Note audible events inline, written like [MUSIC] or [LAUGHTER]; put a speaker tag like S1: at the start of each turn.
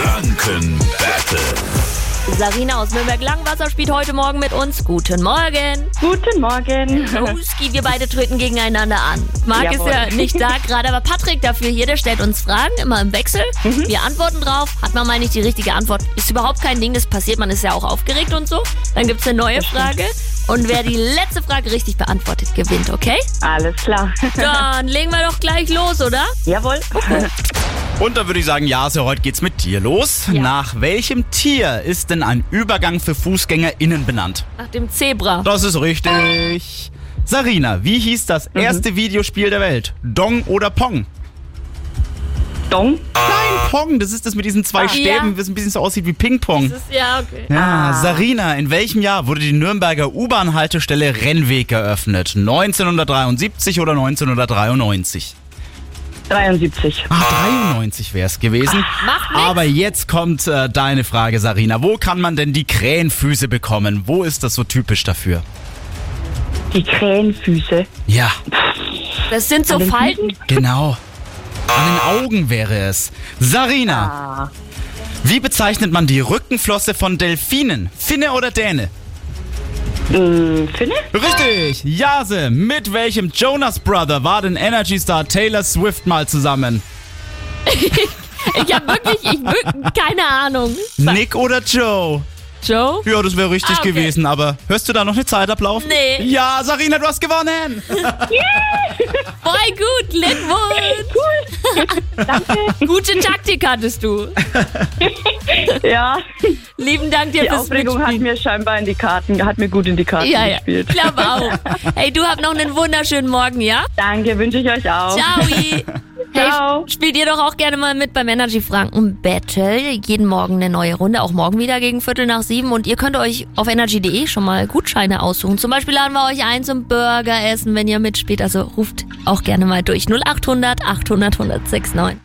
S1: Franken Battle.
S2: Sarina aus Nürnberg-Langwasser spielt heute Morgen mit uns. Guten
S3: [LAUGHS]
S2: Morgen.
S3: Guten Morgen.
S2: Ruski, wir beide treten gegeneinander an. Marc ist
S3: Jawohl.
S2: ja nicht da gerade, aber Patrick dafür hier, der stellt uns Fragen, immer im Wechsel.
S3: Mhm.
S2: Wir antworten drauf. Hat man mal nicht die richtige Antwort, ist überhaupt kein Ding, das passiert, man ist ja auch aufgeregt und so. Dann gibt's eine neue Frage. Und wer die letzte Frage richtig beantwortet, gewinnt,
S3: [LAUGHS]
S2: okay?
S3: Alles klar.
S2: Dann legen wir doch gleich los, oder?
S3: Jawohl.
S1: Und da würde ich sagen, ja, so heute geht's mit Tier los.
S2: Ja.
S1: Nach welchem Tier ist denn ein Übergang für FußgängerInnen benannt?
S2: Nach dem Zebra.
S1: Das ist richtig. Sarina, wie hieß das
S2: Mhm.
S1: erste Videospiel der Welt? Dong oder Pong?
S3: Dong.
S1: Nein, Pong, das ist das mit diesen zwei
S2: Ah.
S1: Stäben,
S2: Ja.
S1: das ein bisschen so aussieht wie Ping-Pong.
S2: Das ist, Ah. ja, okay.
S1: Ja, Sarina, in welchem Jahr wurde die Nürnberger U-Bahn-Haltestelle Rennweg eröffnet? 1973 oder 1993?
S3: 73.
S1: Ah, 93 wäre es gewesen.
S2: Macht nichts.
S1: Aber jetzt kommt äh, deine Frage, Sarina. Wo kann man denn die Krähenfüße bekommen? Wo ist das so typisch dafür?
S3: Die Krähenfüße.
S1: Ja,
S2: Das sind so
S3: An den
S2: Falten.
S1: genau. An den Augen wäre es. Sarina,
S3: Ah.
S1: wie bezeichnet man die Rückenflosse von Delfinen? Finne oder Däne?
S3: Äh, Finne?
S1: Richtig. Jase, mit welchem Jonas Brother war denn Energy Star Taylor Swift mal zusammen?
S2: Ich habe wirklich,
S3: [LAUGHS]
S2: ich wirklich keine Ahnung.
S1: Nick oder Joe?
S2: Joe?
S1: Ja, das wäre richtig
S2: Ah, okay.
S1: gewesen, aber hörst du da noch eine Zeit ablaufen?
S2: Nee.
S1: Ja, Sarina, du hast gewonnen.
S2: Voll gut, Glückwunsch! [LAUGHS] Gute Taktik hattest du.
S3: Ja.
S2: Lieben Dank dir
S3: Die
S2: fürs
S3: Aufregung hat
S2: Mitspielen.
S3: mir scheinbar in die Karten, hat mir gut in die Karten
S2: ja, ja, ich
S3: gespielt.
S2: glaube auch. Hey, du hab noch einen wunderschönen Morgen, ja?
S3: Danke, wünsche ich euch auch.
S2: Ciao! Hey,
S3: Ciao.
S2: spielt ihr doch auch gerne mal mit beim Energy Franken Battle. Jeden Morgen eine neue Runde, auch morgen wieder gegen Viertel nach sieben. Und ihr könnt euch auf energy.de schon mal Gutscheine aussuchen. Zum Beispiel laden wir euch ein zum Burger essen, wenn ihr mitspielt. Also ruft auch gerne mal durch 0800 800 1069.